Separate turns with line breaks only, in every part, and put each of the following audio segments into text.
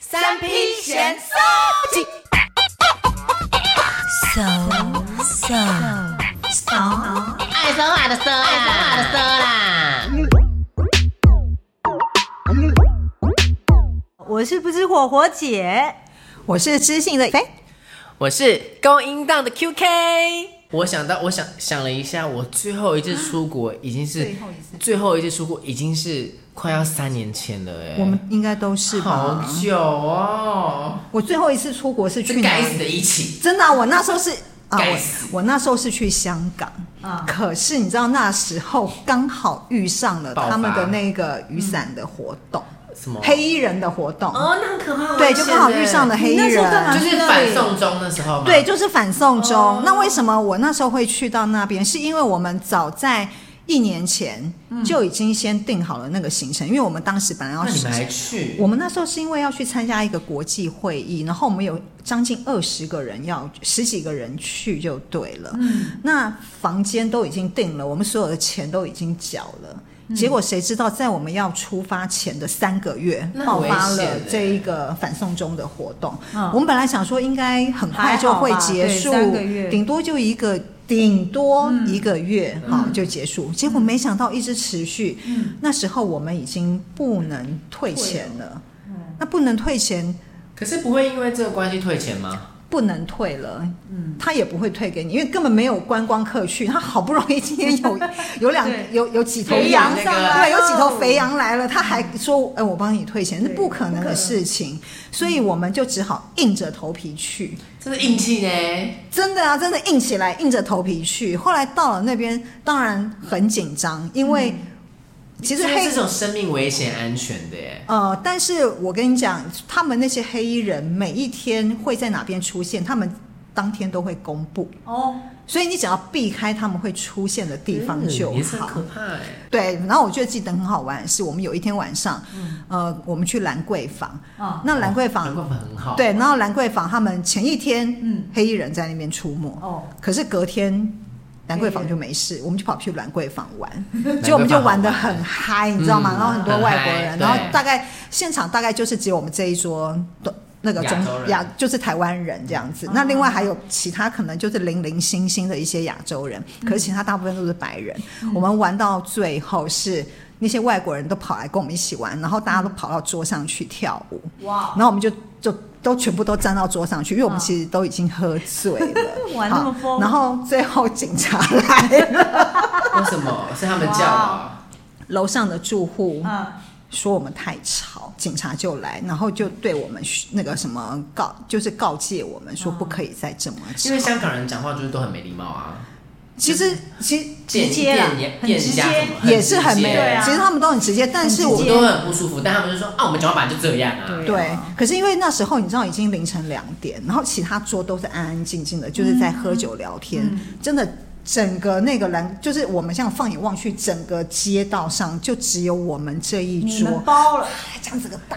三批闲
手机。
手手手，
爱说话的说啦，爱啊说话的说啦。
我是不知火火姐，
我是知性的。哎，
我是 Go In Down 的 QK。我想到，我想想了一下，我最后一次出国已经是
最后一次
最后一次出国已经是快要三年前了哎、
我们应该都是
好
吧？
久哦，
我最后一次出国是去哪
该
里？
死的一起，
真的啊、我那时候是啊，
该
我
死
我那时候是去香港，可是你知道那时候刚好遇上了
爆发嗯
他们的那个雨伞的活动，
什么
黑衣人的活动，
哦，那很可怕
对，就刚好遇上了黑衣
你那时候干嘛
人。
就是反送中的时候嘛，
对，，就是反送中。那为什么我那时候会去到那边？是因为我们早在一年前就已经先定好了那个行程，因为我们当时本来要
那你
去
们还去？
我们那时候是因为要去参加一个国际会议，然后我们有将近二十个人要十几个人去就对了。嗯，那房间都已经定了，我们所有的钱都已经缴了。
嗯
结果谁知道，在我们要出发前的三个月，
那很
爆
危
发了
险欸
这一个反送中的活动。
嗯
我们本来想说应该很快
还
就
好
会
吧
结
对
束，
三个月嗯
顶多就一个，顶多一个月，好、就结束。结果没想到一直持续，那时候我们已经不能嗯退钱了，嗯那不能退钱，
可是不会因为这个关系退钱吗？
不能退了，他也不会退给你，因为根本没有观光客去，他好不容易今天 有有两
对
有有几头
肥
羊
羊，上
对，
来
有几头肥羊来了，他还说，哎、我帮你退钱，是不可能的事情，所以我们就只好硬着头皮去。
这是硬气呢。
真的啊，真的硬起来，硬着头皮去。后来到了那边，当然很紧张，因为
嗯
其实
所以
黑
这种生命危险安全的耶，
呃，但是我跟你讲，他们那些黑衣人每一天会在哪边出现，他们当天都会公布，
哦，
所以你只要避开他们会出现的地方就
嗯也是很
好。
可怕哎。
对，然后我就记得很好玩的是，我们有一天晚上，呃，我们去兰桂坊，
啊
那兰桂
难
坊、
怪我们嗯哦很好，，
对，然后兰桂坊他们前一天，
嗯
黑衣人在那边出没，
哦，
可是隔天兰桂坊
黑人
就没事，我们就跑去兰桂坊 玩，
桂
结果我们就
坊好
玩的
玩
很嗨，你知道吗？
嗯
然后很多
很
外国
嗨
人，
对
然后大概现场大概就是只有我们这一桌的。那个中
亚洲人哦
亚就是台湾人这样子，那另外还有其他可能就是零零星星的一些亚洲人，
嗯
可是其他大部分都是白人。我们玩到最后是那些外国人都跑来跟我们一起玩，然后大家都
嗯
跑到桌上去跳舞。
哇，
然后我们就就都全部都站到桌上去，因为我们
嗯
其实都已经喝醉了，
玩那么
好
疯
然后最后警察来了，
为什么是他们叫的哦？
楼上的住户
嗯，
说我们太吵，警察就来，然后就对我们那个什么告，就是告诫我们说
嗯
不可以再这么
因
吵。
为香港人讲话就是都很没礼貌啊，
其实其实
直接啦
店店
很
店
直
家
接
什么
也是很
直接
没，
对啊
其实他们都很直接，但是
很
我
我
直
们
接
都会很不舒服，但他们就说啊，我们讲话本来就这样啊。
对
对，可是因为那时候你知道已经凌晨两点，然后其他桌都是安安静静的，就是在喝酒聊天，真的。整个那个蓝，就是我们像放眼望去，整个街道上就只有我们这一
你
桌
们，包了，
哎这样子个大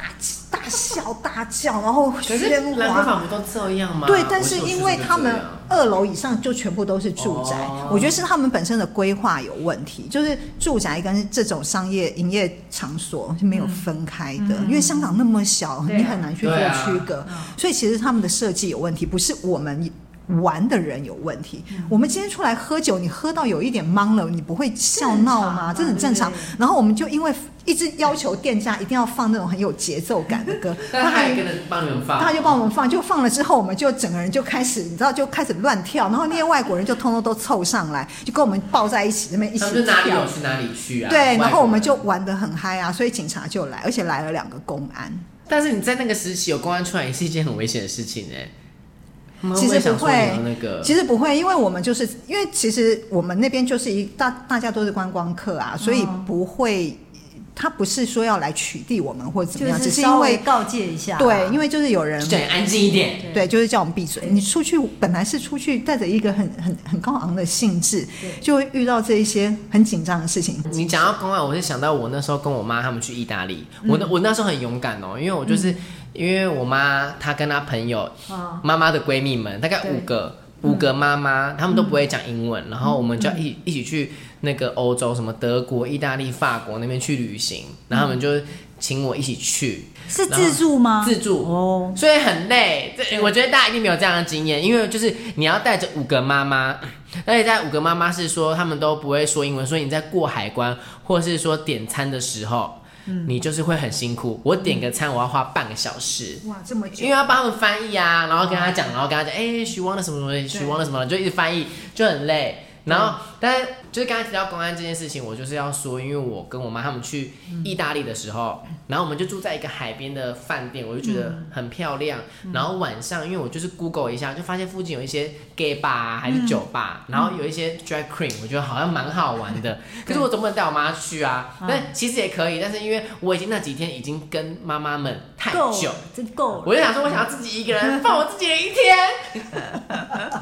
大笑大叫，然后
可是
喧
兰桂
哗。
坊不都这样吗？
对
我，
但是
记得我
因
去
为
过
他
这
们
样
二楼以上就全部都是住宅，
哦
我觉得是他们本身的规划有问题，就是住宅跟这种商业营业场所是没有分开的，因为香港那么小，
对啊
你很难去做
嗯对啊
区隔，
嗯
所以其实他们的设计有问题，不是我们。玩的人有问题。
嗯
我们今天出来喝酒，你喝到有一点懵了，你不会笑闹吗？这
这
很
很
正
正
常
常嘛啊对。
然后我们就因为一直要求店家一定要放那种很有节奏感的 歌，
但他还跟着帮你们放，
他就帮我们放，就放了之后，我们就整个人就开始，你知道，就开始乱跳，然后那些外国人就通通都凑上来，就跟我们抱在一起，那边一
他
起
们就哪里
跳
有。去哪里去啊。
对，然后我们就
外国人，
玩得很嗨啊，所以警察就来，而且来了两个公安。
但是你在那个时期有公安出来也是一件很危险的事情哎。他们
其
会
实
不
不
会想说
会
你有那，个，
其实不会，因为我们就是因为其实我们那边就是一大大家都是观光客
哦
啊，所以不会，他不是说要来取缔我们或者怎么
就
样，
是
只是
稍
因
微
为
告诫一下，
对，因为就是有人
就叫你安静一点。
对
对，就是叫我们闭嘴。你出去本来是出去带着一个很很很高昂的兴致，就会遇到这一些很紧张的事情。
你讲到公安，我是想到我那时候跟我妈他们去意大利，我那
嗯
我那时候很勇敢哦，因为我就是、因为我妈她跟她朋友
啊，
妈妈的闺蜜们，大概
对嗯
五个五个妈妈，她们都不会讲英文，然后我们就要一
嗯
一起去那个欧洲，什么德国、意大利、法国那边去旅行，然后他们就请我一起去，
是自助吗？
自助
哦，
所以很累。这我觉得大家一定没有这样的经验，因为就是你要带着五个妈妈， 而且在五个妈妈是说他们都不会说英文，所以你在过海关或是说点餐的时候，你就是会很辛苦。我点个餐我要花半个小时。
哇，这么
因
久
为，要帮他们翻译啊，然后跟他讲，然后跟他讲，哎、许汪的什么什么，许汪的什么，就一直翻译，就很累。然后，但是就是刚才提到公安这件事情，我就是要说，因为我跟我妈他们去意大利的时候，然后我们就住在一个海边的饭店，我就觉得很漂亮。然后晚上，因为我就是 Google 一下，就发现附近有一些 gay bar 啊还是酒吧，然后有一些 drag queen，我觉得好像蛮好玩的。可是我总不能带我妈去啊，但其实也可以，但是因为我已经那几天已经跟妈妈们太
够
久，
这够了。
我就想说，我想要自己一个人放我自己的一天。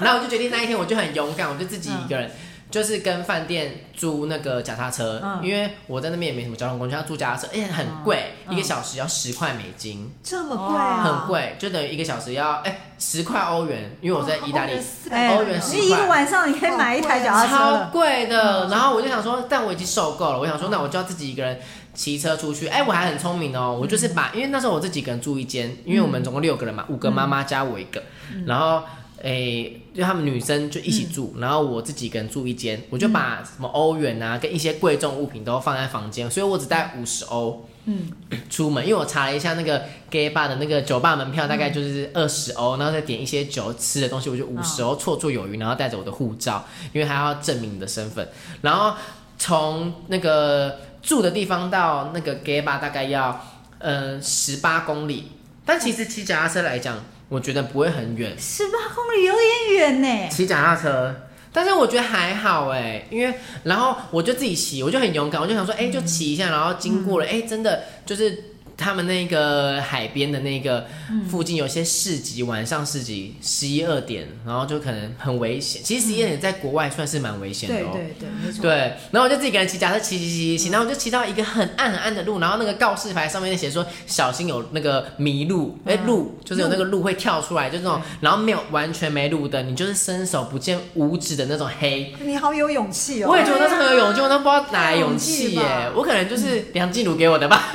然后我就决定那一天我就很勇敢，我就自己一个人，就是跟饭店租那个脚踏车，
嗯
因为我在那边也没什么交通工具，要租脚踏车，而且很贵，一个小时要十块美金，
这么贵啊，
很贵，就等于一个小时要哎十块欧元，因为我在意大利。
哎
欧元十块
你一个晚上你可以买一台脚
啊
踏车
超
了。
贵的，然后我就想说，但我已经受够了，我想说，那我就要自己一个人骑车出去。哎、我还很聪明
嗯
哦，我就是把，因为那时候我自己一个人住一间，因为我们总共六个人嘛，五个妈妈加我一个，
嗯
然后哎诶、就他们女生就一起住，然后我自己一个人住一间，我就把什么欧元啊跟一些贵重物品都放在房间，所以我只带五十欧。嗯， 出门，因为我查了一下那个 gay bar 的那个酒吧门票，大概就是二十欧，然后再点一些酒吃的东西，我就五十欧，绰绰有余。然后带着我的护照，因为还要证明你的身份。然后从那个住的地方到那个 gay bar 大概要呃十八公里，但其实骑脚踏车来讲，我觉得不会很远。
十八公里有点远呢，
骑脚踏车，但是我觉得还好哎、因为然后我就自己骑，我就很勇敢，我就
嗯
想说，哎、就骑一下，然后经过了，哎、真的就是他们那个海边的那个
嗯
附近有些市集，晚上市集十一二点，然后就可能很危险。其实十一二点在国外算是蛮危险的哦、
对，没错。嗯
对，然后我就自己一个人骑脚踏车骑骑骑骑骑，然后我就骑到一个很暗很暗的路，然后那个告示牌上面写说小心有那个迷路，
嗯
哎、路就是有那个路会跳出来，就那种，然后没有完全没路灯，你就是伸手不见五指的那种黑。
你好有勇气哦。啊
我也觉得那是很有勇气，我都不知道哪来
太有
勇
勇气
气
吧
耶，我可能
嗯
就是梁静茹给我的吧。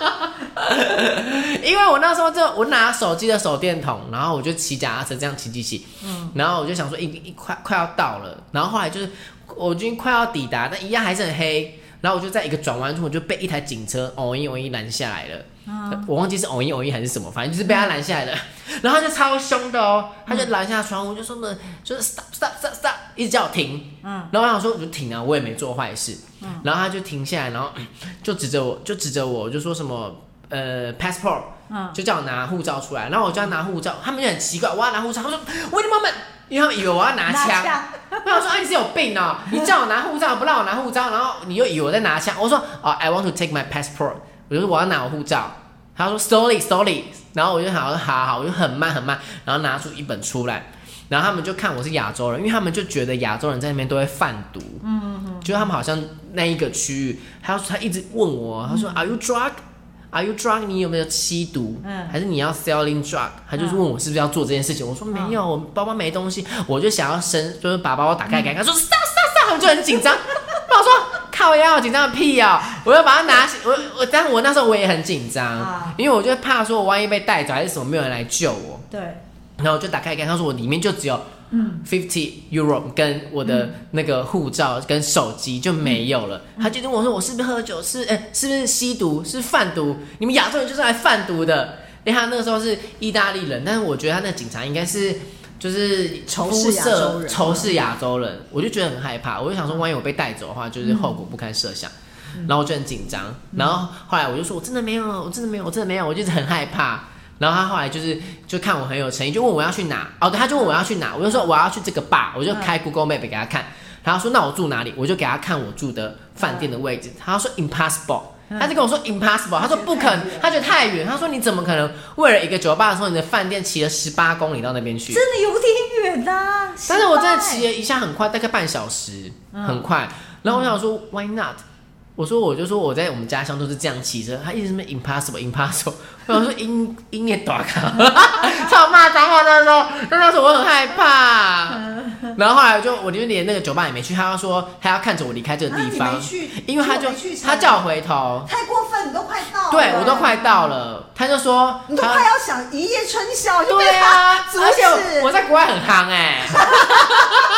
因为我那时候就我拿手机的手电筒，然后我就骑脚踏车这样骑骑骑，
嗯
然后我就想说一一快快要到了，然后后来就是我已经快要抵达，但一样还是很黑，然后我就在一个转弯处，我就被一台警车哦一哦一拦下来了。
啊
我忘记是哦偶一偶一还是什么，反正就是被他拦下来的，然后他就超凶的哦，他就拦下窗户，就说呢，就是 stop stop stop stop，一直叫我停，嗯，然后我想说我就停啊，我也没做坏事，然后他就停下来，然后嗯就指着我，就指着我，就说什么呃 passport，
嗯
就叫我拿护照出来，然后我就要拿护照，他们就很奇怪，我要拿护照，他们说我的妈妈，因为他们以为我要拿枪，
下
我想说啊，你是有病哦、你叫我拿护照，不让我拿护照，然后你又以为我在拿枪。我说哦、i want to take my passport，我就说我要拿我护照。他说 sorry sorry，然后我就好好好好，我就很慢很慢，然后拿出一本出来，然后他们就看我是亚洲人，因为他们就觉得亚洲人在那边都会贩毒，嗯嗯，就是他们好像那一个区域，他他一直问我，他说、Are you drug？Are you drug？你有没有吸毒？
嗯
还是你要 selling drug？他就是问我是不是要做这件事情。我
嗯
说没有，我包包没东西，我就想要伸，就是把包包打开给他。他说 stop stop stop，我就很紧张。然后我说靠腰，紧张个屁呀、我就把它拿起，我我，但我那时候我也很紧张，
啊
因为我就怕说我万一被带走还是什么，没有人来救我。
对，
然后我就打开给他说，我里面就只有fifty euro 跟我的那个护照跟手机就没有了。他就跟我说，我是不是喝酒？是哎、是不是吸毒？是不是贩毒？你们亚洲人就是来贩毒的。因为哎他那个时候是意大利人，但是我觉得他那个警察应该是就是
仇视亚洲
肤色
人
仇视亚洲人，我就觉得很害怕。我就想说，万一我被带走的话，就是后果不堪设想。然后我就很紧张，然后后来我就说，我真的没有，我真的没有，我真的没有，我就是很害怕。然后他后来就是就看我很有诚意，就问我要去哪。哦，对，他就问我要去哪，我就说我要去这个 bar，我就开 Google Map 给他看。然后说那我住哪里，我就给他看我住的饭店的位置。他说 impossible，他就跟我说 impossible，他说不可能，他觉得太远。他说你怎么可能为了一个酒吧说你的饭店骑了十八公里到那边去？
真的有点远呐。
但是我真的
失败
嗯
骑了一下很快，大概半小时，很快。然后我想说，Why not？我说我就说我在我们家乡都是这样骑车，他一直什么 impossible impossible，我想说音音也短 卡，他有骂脏话那时候，那当时我很害怕。
嗯
然后后来就我就连那个酒吧也没去，他要说他要看着我离开这个地
啊你
方
没去，
因为他就
你没去成
他叫我回头，
太过分，你都快到了，
对我都快到了，他就说
你都
他
快要想一夜春宵，就被
对啊
他，阻
而且
止。
我我在国外很夯哎、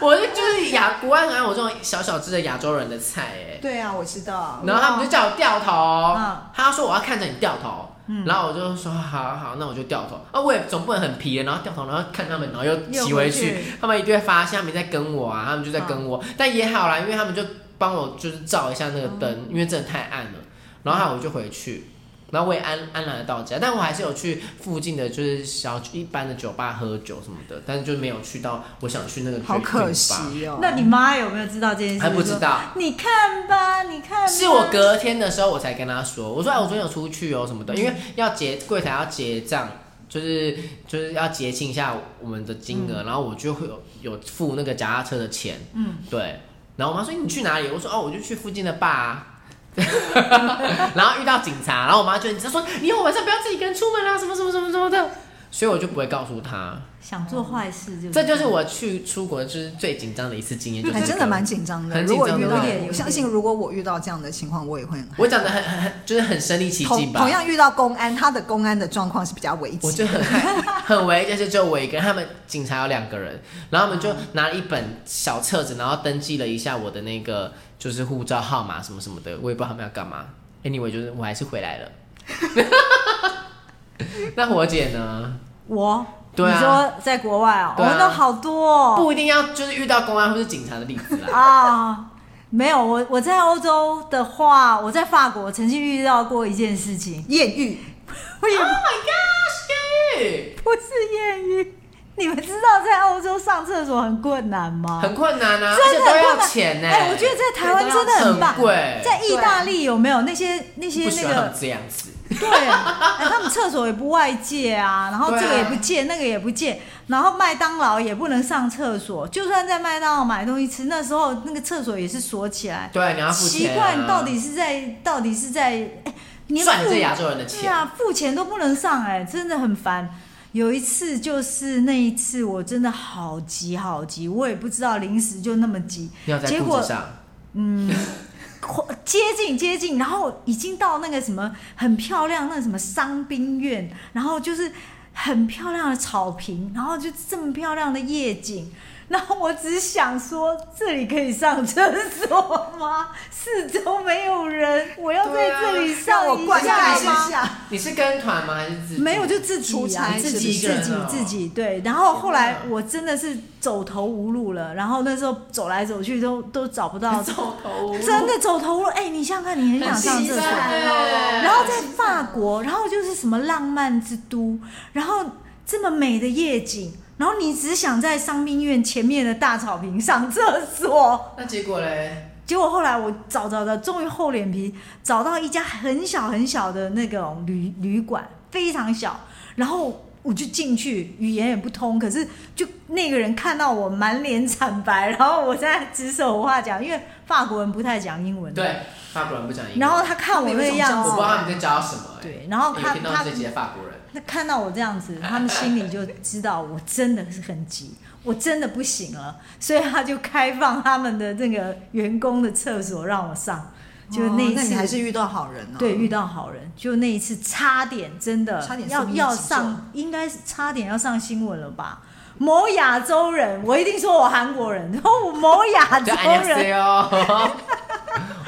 我就就是亚国外很爱我这种小小只的亚洲人的菜哎、
对啊，我知道。
然后他们就叫我掉头，
嗯
他说我要看着你掉头，然后我就说好好，那我就掉头啊，我也总不能很皮的，然后掉头，然后看他们，然后又骑回
又回
去
去，嗯
他们一定会发现他们在跟我啊，他们就在跟我，但也好啦，因为他们就帮我就是照一下那个灯，因为真的太暗了，然后还有我就回去。然后我也安安然的到家，但我还是有去附近的就是小一般的酒吧喝酒什么的，但是就没有去到我想去那个
好可惜哦。
那你妈有没有知道这件事？
还不知道
说你看吧，你看吧。
是我隔天的时候我才跟他说，我说哎，我昨天有出去哦什么的，因为要结柜台要结账，就是就是要结清一下我们的金额，然后我就会有有付那个脚踏车的钱，嗯，对。然后我妈说你去哪里？我说哦，我就去附近的坝、 啊。然后遇到警察，然后我妈就一直说你以后晚上不要自己一个人出门啊，什么什么什么什么的，所以我就不会告诉她。
想做坏事就
这就是我去出国就是最紧张的一次经验，就是
还
这
真的
个
蛮紧张的。
很
如果
紧张
遇
对
到
不对，
我相信如果我遇到这样的情况，我也会很害
我讲的很很很就是很身临其
怕。
境
同
吧。
同样遇到公安，他的公安的状况是比较危
我
急。
就很害很唯一，就是只有我一个人，他们警察有两个人，然后他们就拿了一本小册子，然后登记了一下我的那个就是护照号码什么什么的，我也不知道他们要干嘛。Anyway，就是我还是回来了。 那火姐呢？
我。
对啊
你说在国外哦，
对啊
我都好多哦。
不一定要就是遇到公安或是警察的例子 啦。
啊，没有，我我在欧洲的话，我在法国曾经遇到过一件事情，
艳遇，
我也
Oh my gosh，艳遇
不是艳遇。你们知道在欧洲上厕所很困难吗？
很困难啊，而且
真的
都
很困
要
难
钱欸呢、
哎、我觉得在台湾真的很棒。
很贵
在意大利有没有那些那些
不喜
那
欢他们
个
这样子。
对、哎他们厕所也不外借啊，然后
对啊
这个也不借，那个也不借，然后麦当劳也不能上厕所，就算在麦当劳买东西吃，那时候那个厕所也是锁起来。
对，你要付
奇
钱、啊。
怪，你到底是在到底是在哎连
赚
付
这亚洲人的钱
对啊，付钱都不能上哎、真的很烦。有一次就是那一次，我真的好急好急，我也不知道临时就那么急，
尿在
结
裤
果
子上。
接近接近，然后已经到那个什么很漂亮那个什么伤兵院，然后就是很漂亮的草坪，然后就这么漂亮的夜景。然后我只想说，这里可以上厕所吗？四周没有人，我要在这里
让
上
我
一
灌
下
溉
吗？
一下。
你是跟团吗？还是自己
没有，就自己
出
啊
差
自
是
己
不是
自己
哦，
自己对。然后后来我真的是走投无路了，然后那时候走来走去都都找不到
走投无路
真的走投无路。哎，你想想看，你很哎想上
很
厕
心
所，
酸欸
然后在法国，然后就是什么浪漫之都，然后这么美的夜景，然后你只想在伤病院前面的大草坪上厕所。
那结果嘞？
结果后来我找找找，终于厚脸皮找到一家很小很小的那种旅旅馆，非常小。然后我就进去，语言也不通，可是就那个人看到我满脸惨白，然后我在指手画脚，因为法国人不太讲英文。。
对，法国人不讲英文。
然后他看我那个
他
样
我
们
不知道
子，
他们在教什么、欸。
对然后
有
他
听到
他
这些法国人，
那看到我这样子，他们心里就知道我真的是很急，我真的不行了，所以他就开放他们的那个员工的厕所让我上。就
哦
那一
那
次，
你还是遇到好人哦。
对，遇到好人，就那一次差点真的
差点
要
送医
要
急救
上，应该是差点要上新闻了吧？某亚洲人，我一定说我韩国人，然后我某亚洲
就
哎
安利
人
谁哦？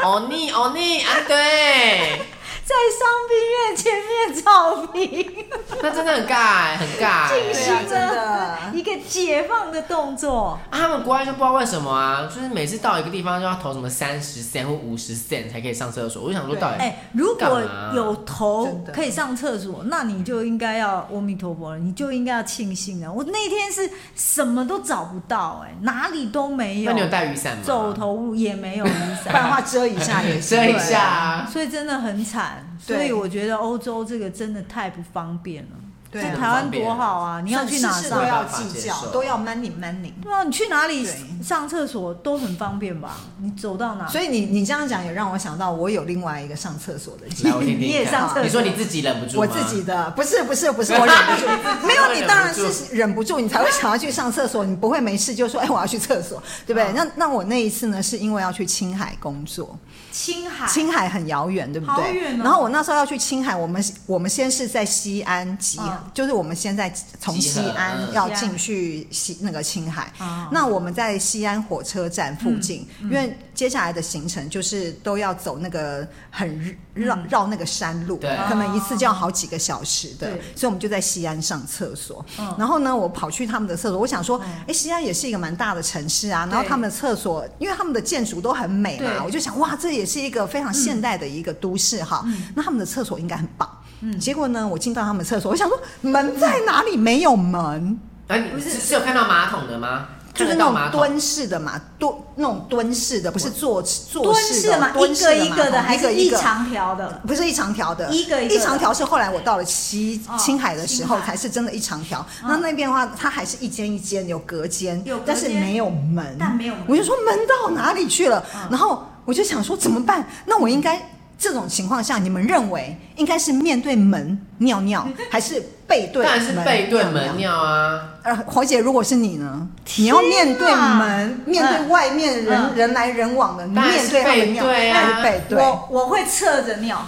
哦你哦你啊对，
在伤病院前面草坪，
那真的很尬、欸，很尬、欸。
对
进
啊
行
真
了
的
一个解放的动作。
啊他们国外就不知道为什么啊，就是每次到一个地方就要投什么三十 cent 或五十 cent 才可以上厕所。我就想说，
对
到底、
哎、如果
干嘛
有头
真的
可以上厕所，那你就应该要阿弥陀佛了，你就应该要庆幸了。我那天是什么都找不到、哎，哪里都没有。
那你有带雨伞吗？
走投无路也没有
不
雨
然的
伞，
话遮一下也是
遮一下。啊。
所以真的很惨。
对
所以我觉得欧洲这个真的太不方便了。
对
在
啊
台湾多好啊！你要去哪
甚至是
上
都
没？
要
办法
计
接
较，
受
都要 money money。
对啊，你去哪里
对
上厕所都很方便吧？你走到哪？
所以你你这样讲也让我想到，我有另外一个上厕所的经
来，
验。
我听听看。
你也上厕所
你说你自己忍不住
我
吗？
自己的不是不是不是我忍不住，没有你当然是忍不住，你才会想要去上厕所，你不会没事就说哎我要去厕所，对不对？那那我那一次呢，是因为要去青海工作，
青海，啊
青海很遥远，对不
好
对？
远哦
然后我那时候要去青海，我们我们先是在西安集合，
嗯
就是我们现在从
集合
西安
嗯
要
西安
进去西那个青海，
哦
那我们在西安火车站附近，
嗯嗯
因为接下来的行程就是都要走那个很绕、
嗯
绕那个山路
对，
可能一次就要好几个小时的
对，
所以我们就在西安上厕所。
嗯
然后呢，我跑去他们的厕所，我想说，
嗯
哎、西安也是一个蛮大的城市啊，然后
对
他们的厕所，因为他们的建筑都很美嘛
对，
我就想，哇，这也是一个非常现代的一个都市哈，那他们的厕所应该很棒。
嗯
结果呢，我进到他们厕所，我想说门在哪里？没有门。
哎，你是是有看到马桶的吗？
就是
看
那
得到
种
马桶
蹲式的嘛，蹲那种蹲式的，不是坐坐
蹲
式
式
的
嘛，
蹲
一
式的
个一个的，
马桶
还
一个
是
一
一
个
长条的？
不是一长条的，
一个一个的
长条是后来我到了西
哦
青海的时
青
候
海嗯
才是真的一长条。那那边的话，它还是一间一间有隔间，
有隔
但是
间
没有门，
但没有门嗯
我就说门到哪里去了？然后我就想说怎么办？那我应该这种情况下，你们认为应该是面对门尿
嗯
尿，还是背对
当
门？
然是背对
尿
门
尿
尿啊，
呃，侯姐，如果是你呢？你要面对门，面对外面人、
嗯
人来人往的，你
当然
面
是
对他们
背
尿，
对啊
还是背对？
我我会侧着尿，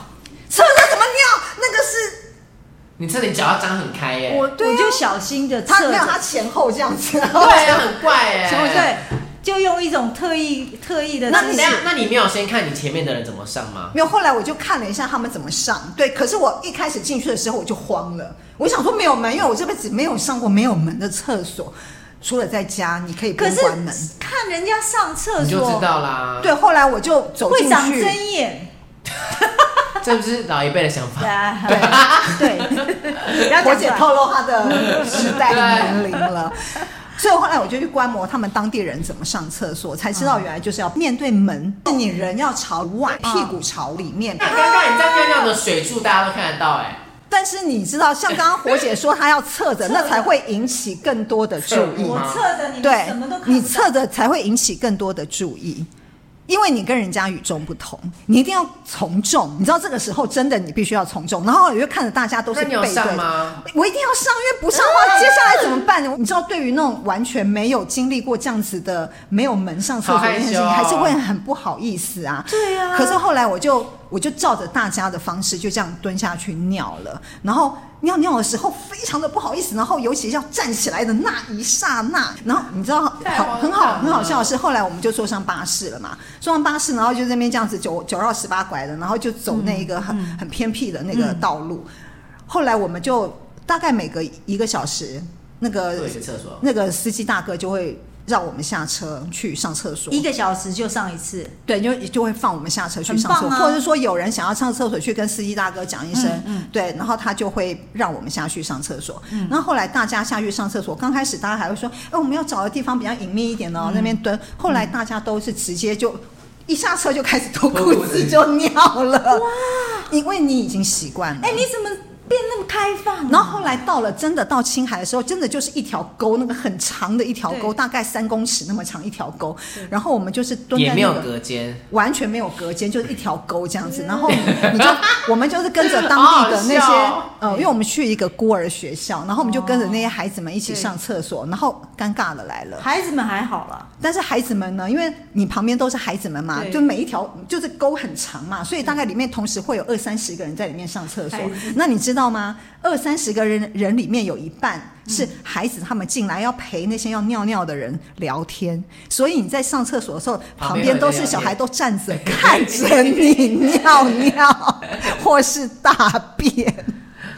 厕所怎么尿？那个是
你趁你脚要张很开耶、
我
对啊
我就小心的
他
侧
没有，他
着，
前后这样子。
对啊，很怪耶、
对对，就用一种特意特意的
那
姿
等一
势
下，那你没有先看你前面的人怎么上吗？
没有，后来我就看了一下他们怎么上。对，可是我一开始进去的时候我就慌了，我想说没有门，因为我这辈子没有上过没有门的厕所，除了在家你可以不
可
用
是
关门。
看人家上厕
你就知
所，
道啦。，
对，后来我就走进
会长
去，
针眼，
这不是老一辈的想
对
法。
啊对，不要
我
讲
姐
出来
透露她的时代年龄 了。所以后来我就去观摩他们当地人怎么上厕所，才知道原来就是要面对门，你人要朝外，
嗯
屁股朝里面。
那刚刚你在尿尿的水柱，大家都看得到哎、
但是你知道，像刚刚火姐说她要侧着，那才会引起更多的注意
侧。
我侧着你，
对
什么都，看
你
不到。
侧着才会引起更多的注意。因为你跟人家与众不同，你一定要从众。你知道这个时候真的你必须要从众，然后你就看着大家都是
那
背
你有
对
上
着
吗？
我一定要上，因为不上的话，接下来怎么办呢？你知道，对于那种完全没有经历过这样子的没有门上厕所
好害
这件事情，
羞哦
还是会很不好意思啊。
对啊
可是后来我就我就照着大家的方式就这样蹲下去尿了，然后尿尿的时候非常的不好意思，然后尤其要站起来的那一刹那，然后你知道
太
好
荒
很
唐
好
了
很好笑的是，后来我们就坐上巴士了嘛，坐上巴士，然后就在那边这样子九九绕十八拐的，然后就走那一个
嗯
很、很偏僻的那个道路。后来我们就大概每隔一个小时，那
会
个
有一个厕所，
那个司机大哥就会让我们下车去上厕所
一。个小时就上一次，
对，就就会放我们下车去上厕所，
很棒啊
或者是说有人想要上厕所，去跟司机大哥讲一声，
嗯嗯
对，然后他就会让我们下去上厕所。然后后来大家下去上厕所，刚开始大家还会说，哎，我们要找的地方比较隐秘一点
嗯
哦，那边蹲。后来大家都是直接就一下车就开始脱
脱
裤
裤
子
子
就尿了，因为你已经习惯了。
哎，你怎么变那么开放啊？
然后后来到了真的到青海的时候，真的就是一条沟，那个很长的一条沟，
对
大概三公尺那么长一条沟。然后我们就是蹲
也
在
没
那
有
个。
隔间，
完全没有隔间，就是一条沟这样子。然后你就，我们就是跟着当地的那些
嗯 好好笑哦，
呃，因为我们去一个孤儿学校，然后我们就跟着那些孩子们一起上厕所。然后尴尬的来了，
孩子们还好啦，
但是孩子们呢，因为你旁边都是孩子们嘛，
对
就每一条就是沟很长嘛，所以大概里面同时会有二三十个人在里面上厕所
孩子。
那你知道吗？二三十个人人里面有一半是
嗯
孩子，他们进来要陪那些要尿尿的人聊天，所以你在上厕所的时候，
旁边
旁边都
有人
是
聊
小孩
天
都站着看着你尿 尿或是大便，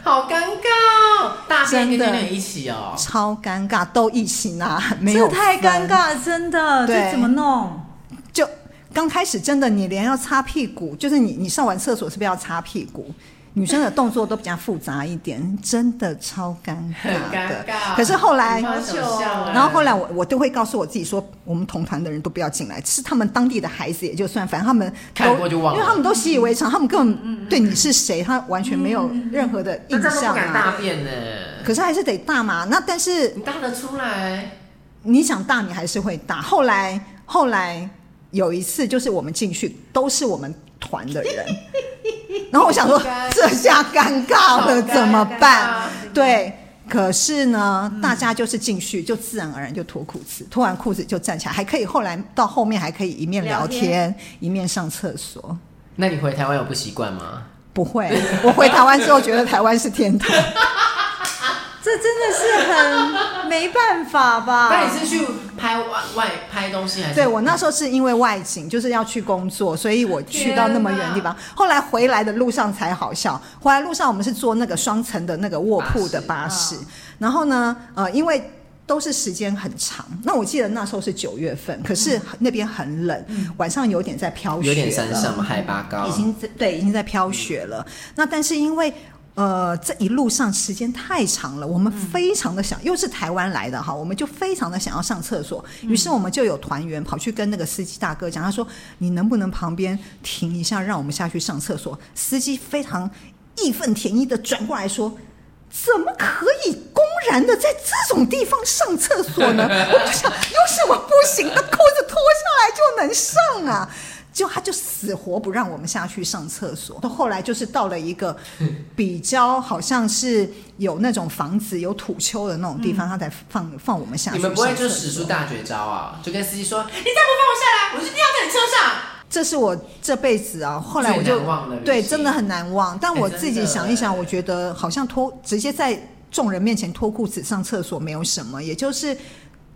好尴尬、哦，大便
真
跟尿
的
尿一起哦。
超尴尬，都一起拿，没有
这太
分
尴尬了，真的，
对
这怎么弄？
就刚开始真的，你连要擦屁股，就是你你上完厕所是不是要擦屁股？女生的动作都比较复杂一点，真的超尴
很
尬
尴
的。
尬。
可是后来
无法想象啊
然后后来我我都会告诉我自己说，我们同团的人都不要进来，是他们当地的孩子也就算，反正他们都
看过就忘了
因为他们都习以为常，他们根本对你是谁，他完全没有任何的
那
印
嗯这样都
象
不敢
啊。
大便呢、
可是还是得大嘛，那但是
你大得出来？
你想大，你还是会大。后来后来有一次，就是我们进去都是我们团的人，然后我想说
应该
这下尴尬了，
好尴尬
怎么办？
啊
对。可是呢，大家就是进去，就自然而然就脱裤子，脱完裤子就站起来，还可以后来到后面还可以一面聊
聊
天，
天
一面上厕所。
那你回台湾有不习惯吗？
不会，我回台湾之后觉得台湾是天堂。
这真的是很没办法吧？
那你是去拍外外拍东西还是？
啊对我那时候是因为外景，就是要去工作，所以我去到那么远的地方。后来回来的路上才好笑，回来路上我们是坐那个双层的那个卧铺的巴
巴
士，
士
嗯
然后呢，呃，因为。都是时间很长，那我记得那时候是九月份，可是那边很冷，晚上有点在飘雪了，
嗯有点山上嘛，海拔高，
已经在对已经在飘雪了。那但是因为呃这一路上时间太长了，我们非常的想，又是台湾来的哈，我们就非常的想要上厕所。于是我们就有团员跑去跟那个司机大哥讲，他说：“你能不能旁边停一下，让我们下去上厕所？”司机非常义愤填膺的转过来说。怎么可以公然的在这种地方上厕所 呢？我就想，有什么不行的？裤子脱下来就能上啊！就他就死活不让我们下去上厕所。到后来就是到了一 个比较好像是有那种房子有土丘的那种地方，他才放放我们下去
嗯你
上厕所。
们不会就使出大绝招啊？就跟司机说，你再不放我下来，我就一定要在你车上。
这是我这辈子啊，后来我
最
就
难忘的旅行
对真的很难忘。但我
哎真的
自己想一想，
哎
我觉得好像脱直接在众人面前脱裤子上厕所没有什么，也就是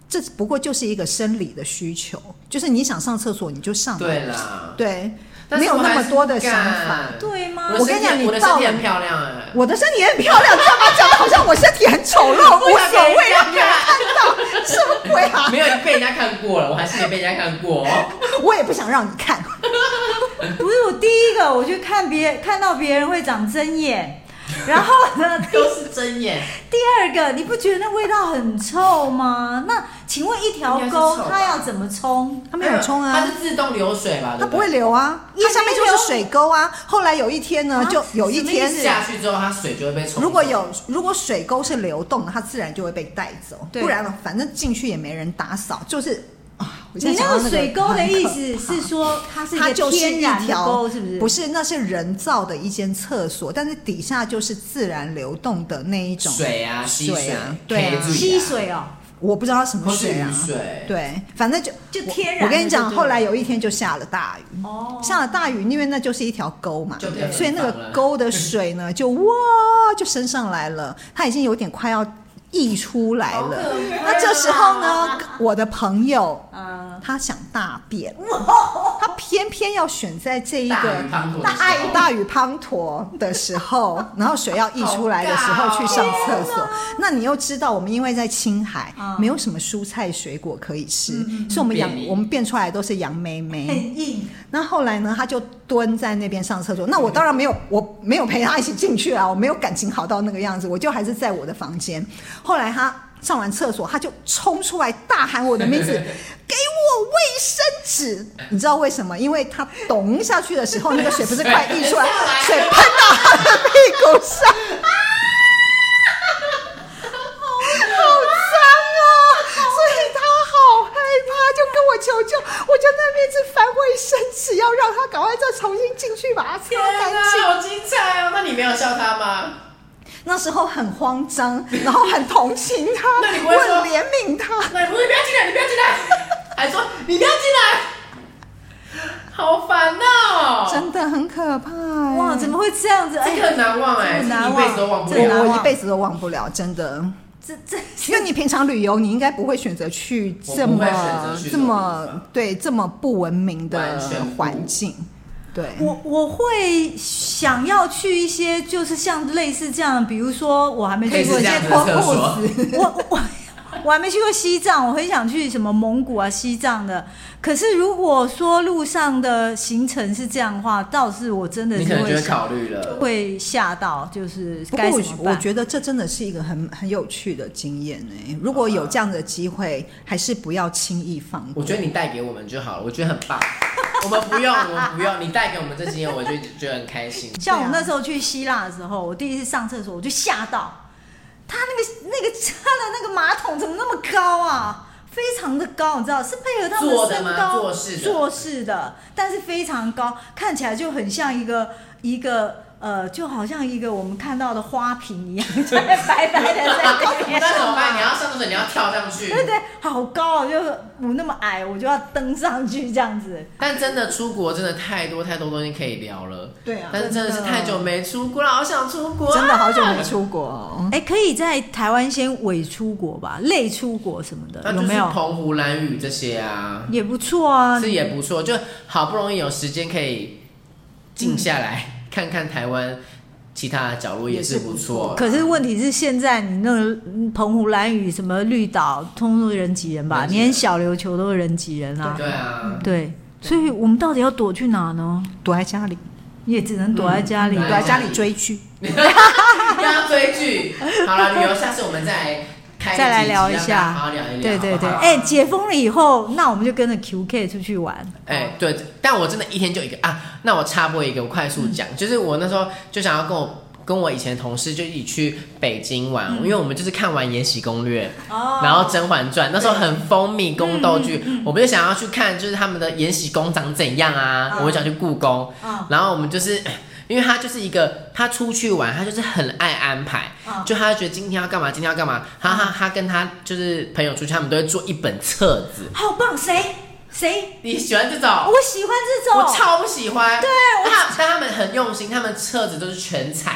这不过就是一个生理的需求，就是你想上厕所你就上嘛，
对啦，
对，
但
没
是
有
我
那
还
么
是
多的
不
想
敢
法。
对吗？
我的
我跟你
身体
讲你
我的身
到
体
了
很漂亮哎。
我的身体很漂亮，干嘛讲的好像我身体很丑 陋，无
啊
所谓，啊让别人看到，什么鬼啊？
没有被人家看过了，我还是没被人家看 过。
我也不想让你看。
不是我第一个，我就看别看到别人会长针眼，然后呢，
都是真眼，
第二个你不觉得那味道很臭吗？那请问一条
应该是
沟
臭吧
它要怎么冲？
他没有冲
它
啊
是，自动流水吧？
他
对
不
对
会流啊，
也没
它下面就是水沟啊。后来有一天呢，
啊
就有一天
什么意思
下去之后，它水就会被冲走。
如果有如果水沟是流动的，它自然就会被带走，
对
不然呢，反正进去也没人打扫，就是啊，我现
你
在想到那
那个水沟的意思
很可
是
怕。
说它是一
它
个
就是
天
一
然的
条
沟，是不是？
不是，那是人造的一间厕所，但是底下就是自然流动的那一种。
水啊，溪
水啊对啊
对啊，
溪水哦，
我不知道它什么
或是
水
雨
啊。
水，
对，反正就
就
我
天然
我跟你
的
讲，
就对
后来
了
有一天就下了大雨。
哦，
下了大雨，因为那就是一条沟嘛
就变，成
所以那
房
个
了
沟的水呢， 就哇就升上来了，它已经有点快要溢出来
好可
了。
怕啊
那这时候呢，我的朋友
嗯，
他想大便，他偏偏要选在这一
大
个
雨滂沱的时候
大雨大雨滂沱的时候， 然后水要溢出来的时候
好尬哦
去上厕所。那你又知道，我们因为在青海，
嗯
没有什么蔬菜水果可以吃
嗯，嗯
所以我们养
便民
我们变出来都是杨梅梅。
很硬，
那后来呢，他就蹲在那边上厕所。那我当然没有，我没有陪他一起进去啊，我没有感情好到那个样子，我就还是在我的房间。后来他上完厕所，他就冲出来大喊我的名字，给我卫生纸。你知道为什么？因为他咚下去的时候，那个水不是快溢出来，水喷到他的屁股上。好脏哦，所以他好害怕，就跟我求救，我就在那边一直翻卫生纸，要让他赶快再重新进去把它擦
天啊
干净。
哪，好精彩哦！那你没有笑他吗？
那时候很慌张，然后很同情他，
那你不
我
会说
很怜悯他。
那你不是不要进来，你不要进来，还说你不要进来，好烦哦！
真的很可怕、欸，
哇，怎么会这样子？哎
这个很难忘哎，
这个难
一
忘
辈子都忘不
这个
了
难。忘
啊我我一辈子都忘不了，真的。
这这
因为你平常旅游，你应该不会选择去这
我不
么
会选择
这
去这种地
么
方
对这么不文明的
完全不
环境，对。
我我会想要去一些，就是像类似这样，比如说我还没
可以
去过
是
一
这样
些
子
脱
的厕所，
我我我我还没去过西藏，我很想去什么蒙古啊、西藏的。可是如果说路上的行程是这样的话，倒是我真的
你
是
可能
会
就会
想
考虑了。
会吓到，就是
不过
该
我
怎
觉
么
我
办？
觉得这真的是一个很很有趣的经验呢、如果有这样的机会，还是不要轻易放
我
过。
觉得你带给我们就好了，我觉得很棒。我们不用，我们不用，你带给我们这经验，我就觉得很开心。
像我
对啊
那时候去希腊的时候，我第一次上厕所我就吓到，他那个那个 他的那个马桶怎么那么高啊？非常的高，你知道是配合他们
坐的
身
吗
高
坐式的
坐式的，但是非常高，看起来就很像一个一个呃，就好像一个我们看到的花瓶一样，在白白的在那边。
那怎么办？你要上厕所，你要跳上去。
对对，好高啊！就是我那么矮，我就要登上去这样子。
但真的出国，真的太多太多东西可以聊了。
对啊
但是真的是太久没出国了，好想出国、啊
真的好久没。出国、哦，
哎、可以在台湾先伪出国吧，类出国什么
那
的，有
就是
没有？
澎湖、蓝屿这些啊，
也不错啊
这。也不错，就好不容易有时间可以静下来、 看看台湾其他的角落，也是不
嗯
错。
可是问题是，现在你那个嗯澎湖、蓝屿、什么绿岛，通通人挤人吧？
人挤人
连小琉球都是人挤人啊。
对啊，
对，所以我们到底要躲去哪呢？
躲在家里，
也只能躲在家里
嗯
躲
吧。
在家里追剧。
要追剧。好了，旅 游下次我们再开一集
再来聊一下
让大家好好聊一聊。
对对对，
好不好
哎、解封了以后，那我们就跟着 QK 出去玩。
哎、对，但我真的一天就一个啊。那我插播一个，我快速讲，
嗯
就是我那时候就想要跟我跟我以前的同事就一起去北京玩，
嗯
因为我们就是看完《延禧攻略》
哦
然后《甄嬛传》，那时候很风靡宫斗剧，我们就想要去看，就是他们的延禧宫长怎样啊，
嗯
我们想去故宫，
嗯
然后我们就是。 因为他就是一个，他出去玩，他就是很爱安排，
嗯
就他觉得今天要干嘛，今天要干嘛，他他他跟他就是朋友出去，他们都会做一本册子。
好棒！谁谁？
你喜欢这种？
我喜欢这种。
我超不喜欢。对，
我
他但他们很用心，他们册子都是全彩，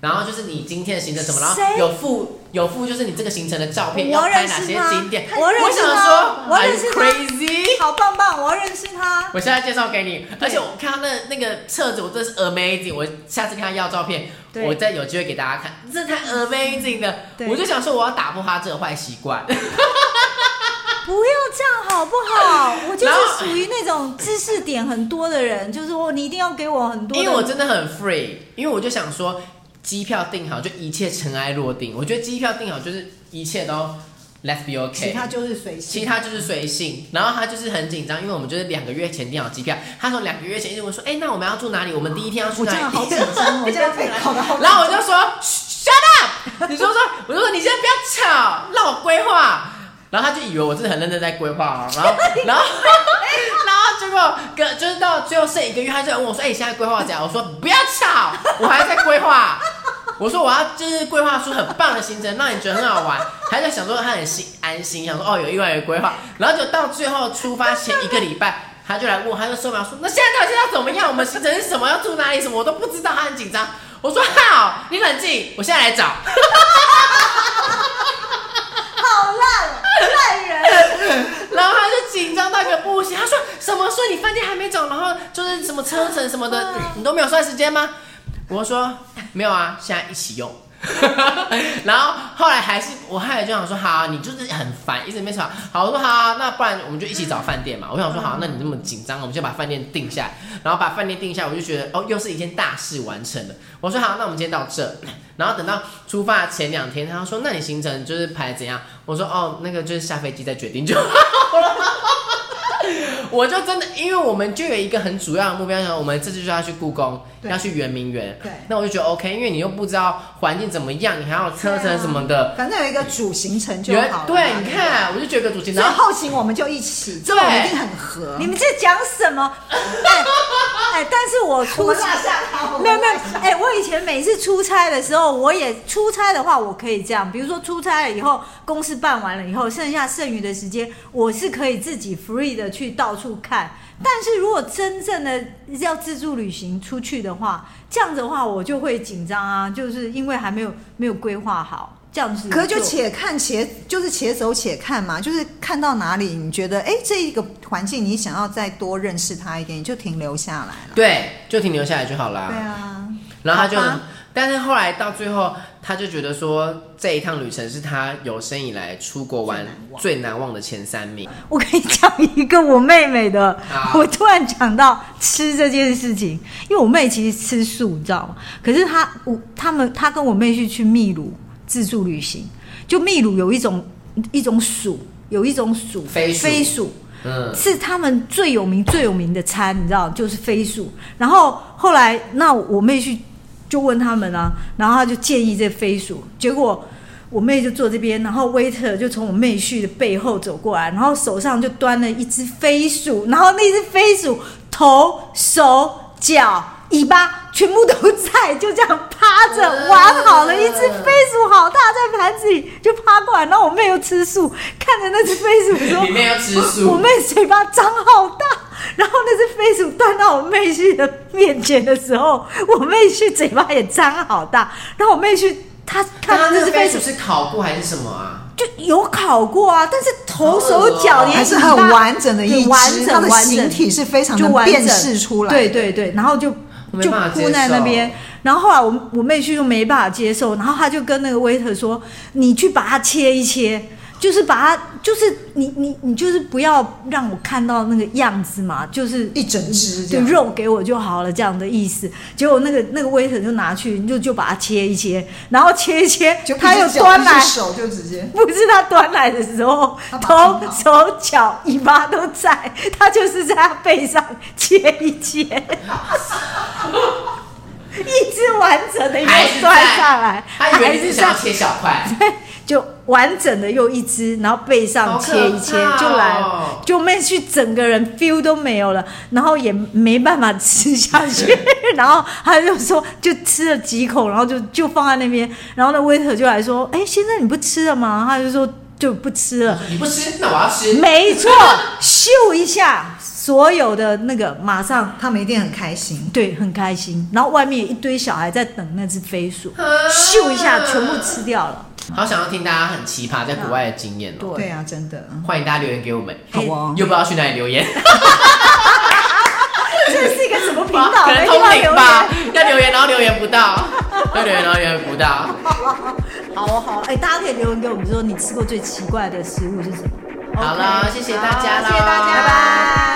然后就是你今天的行程什么，然后
谁
有附有附就是你这个行程的照片，要
我
拍
认
哪
识
些
他
景点。
我认识
想
他
说
我
，Are
认识
you
他
crazy？
好棒棒！我要认识他。
我现在介绍给你，而且我看到那那个册子，我真的是 amazing。我下次跟他要照片，
对嗯
我再有机会给大家看，这太 amazing 了。
对
我就想说，我要打破他这个坏习惯。
不要这样好不好？我就
然后
是属于那种知识点很多的人，就是我你一定要给我很多的。
因为我真的很 free，因为我就想说，机票订好就一切尘埃落定。我觉得机票订好就是一切都 let's be okay，
其他就是随性，
其他就是随性。然后他就是很紧张，因为我们就是两个月前订好机票，他从两个月前一直问说，哎、那我们要住哪里？我们第一天要去
我
哪
真
里？
的好紧张， 我现在被搞得好紧
然
张。
后我就说 shut up，你就说，我就说你现在不要吵，让我规划。然后他就以为我真的很认真在规划哦，然后 然后 然后结果跟就是到最后剩一个月，他就问我说：“哎、你现在规划怎样？”我说：“不要吵，我还在规划。” 我说：“我要就是规划出很棒的行程，让你觉得很好玩。”他就想说他很心安心，想说哦有另外一个规划，然后就到最后出发前一个礼拜。他就来问我，他就说嘛说，那现在到底要怎么样？我们行程是什么？要住哪里？什么我都不知道，他很紧张。我说好，你冷静，我现在来找。
好烂哦烂人，
然后他就紧张到一个不行，他说什么说你饭店还没找，然后就是什么车程什么的，你都没有算时间吗？我说没有啊，现在一起用。 然后后来还是我后来就想说，好啊、你就是很烦，一直没找。好，我说好啊、那不然我们就一起找饭店嘛。我想说，好，那你那么紧张，我们先把饭店定下来。然后把饭店定下来，我就觉得哦，又是一件大事完成了。我说好，那我们今天到这。然后等到出发前两天，他说那你行程就是排怎样？我说哦，那个就是下飞机再决定就我就真的，因为我们就有一个很主要的目标，想我们这次就要去故宫，
对
要去圆明园。
对
那我就觉得 OK，因为你又不知道环境怎么样，你还有车程什么的。
反正有一个主行程啊就
原
好了。
对，你，看，我就觉得主
所
题，
以
然后
后行我们就一起，这
对
我们一定很合。
你们在讲什么？哎哎，但是我
我
出
们落下他，
没有没有，哎、我以前每次出差的时候，我也出差的话，我可以这样，比如说出差了以后，公司办完了以后，剩下剩余的时间，我是可以自己 free 的去到处看。但是如果真正的要自助旅行出去的话，这样子的话我就会紧张啊，就是因为还没有没有规划好，这样子。
可是就且看且就是且走且看嘛，就是看到哪里你觉得哎、这一个环境你想要再多认识他一点，你就停留下来了。
对，就停留下来就好啦。
对啊，
然后他就
好吧
很，但是后来到最后，他就觉得说这一趟旅程是他有生以来出国玩最难忘的前三名。
我跟你讲一个我妹妹的，
好
我突然讲到吃这件事情，因为我妹其实吃素，你知道吗？可是她我他们她跟我妹去去秘鲁自助旅行，就秘鲁有一种一种薯，有一种薯
飞薯
飞薯，
嗯，
是他们最有名最有名的餐，你知道，就是飞鼠。然后后来，那我妹去就问他们啊，然后她就建议这飞鼠，结果我妹就坐这边，然后 waiter 就从我妹婿的背后走过来，然后手上就端了一只飞鼠，然后那只飞鼠头、手、脚、尾巴全部都在，就这样趴
嗯
着完好了一只飞鼠，好大在盘子里就趴过来，然后我妹又吃素，看着那只飞鼠说
里。面要 吃
我
素，
妹嘴巴张好大，然后那只飞鼠端到我妹婿的面前的时候，我妹婿嘴巴也张好大，然后我妹婿 他看
刚
到
刚
那
那
只
个
飞
飞
鼠
鼠是烤过还是什么啊？
就有烤过啊，但是头手脚
好恶哦
连
还是很
尾巴
完整的一
对
只，
完
它
整
的
完
形
整
体是非常
就
能
完整
辨识出来的。
对对对，然后就
我没
就
办法
哭
接
在那
受
边。然后后来我我妹去就没办法接受，然后她就跟那个 waiter 说：“你去把它切一切，就是把它，就是你你你就是不要让我看到那个样子嘛，就是
一整只这
对
样
肉给我就好了这样的意思。”结果那个那个 waiter 就拿去就就把它切一切，然后切一切
就，
他又
一只脚
端
一
来
只手就直接。
不是他端来的时候
他，把它
头
拼、好
手、脚、尾巴都在，他就是在他背上切一切， 一只完整的又
还是
端
在
下来，
他以为
还
你是
是
想
在
要切小块，
就完整的又一只，然后背上
好
切一
可
切
怕
就来
哦
了，就妹去整个人 feel 都没有了，然后也没办法吃下 去，然后他就说就吃了几口，然后就就放在那边，然后那 waiter 就来说，哎，先生你不吃了吗？他就说就不吃了，
你不吃，那我要吃。
没错，咻一下，所有的那个马上。
他们一定很开心，
对，很开心。然后外面一堆小孩在等那只飞鼠，
啊
咻一下全部吃掉了。
好想要听大家很奇葩在国外的经验哦、
对
对啊，真的，
欢迎大家留言给我们，
好哦，
又不知道去哪里留言，
这是一个什么频道？
可能
没地
通
方
灵
留
吧
言。，
要留言然后留言不到，要留言然后留言不到。
好哦好哦，哎、大家可以留言给我们说你吃过最奇怪的食物是什么？
好了，谢谢大家啦，
谢谢大家，拜拜。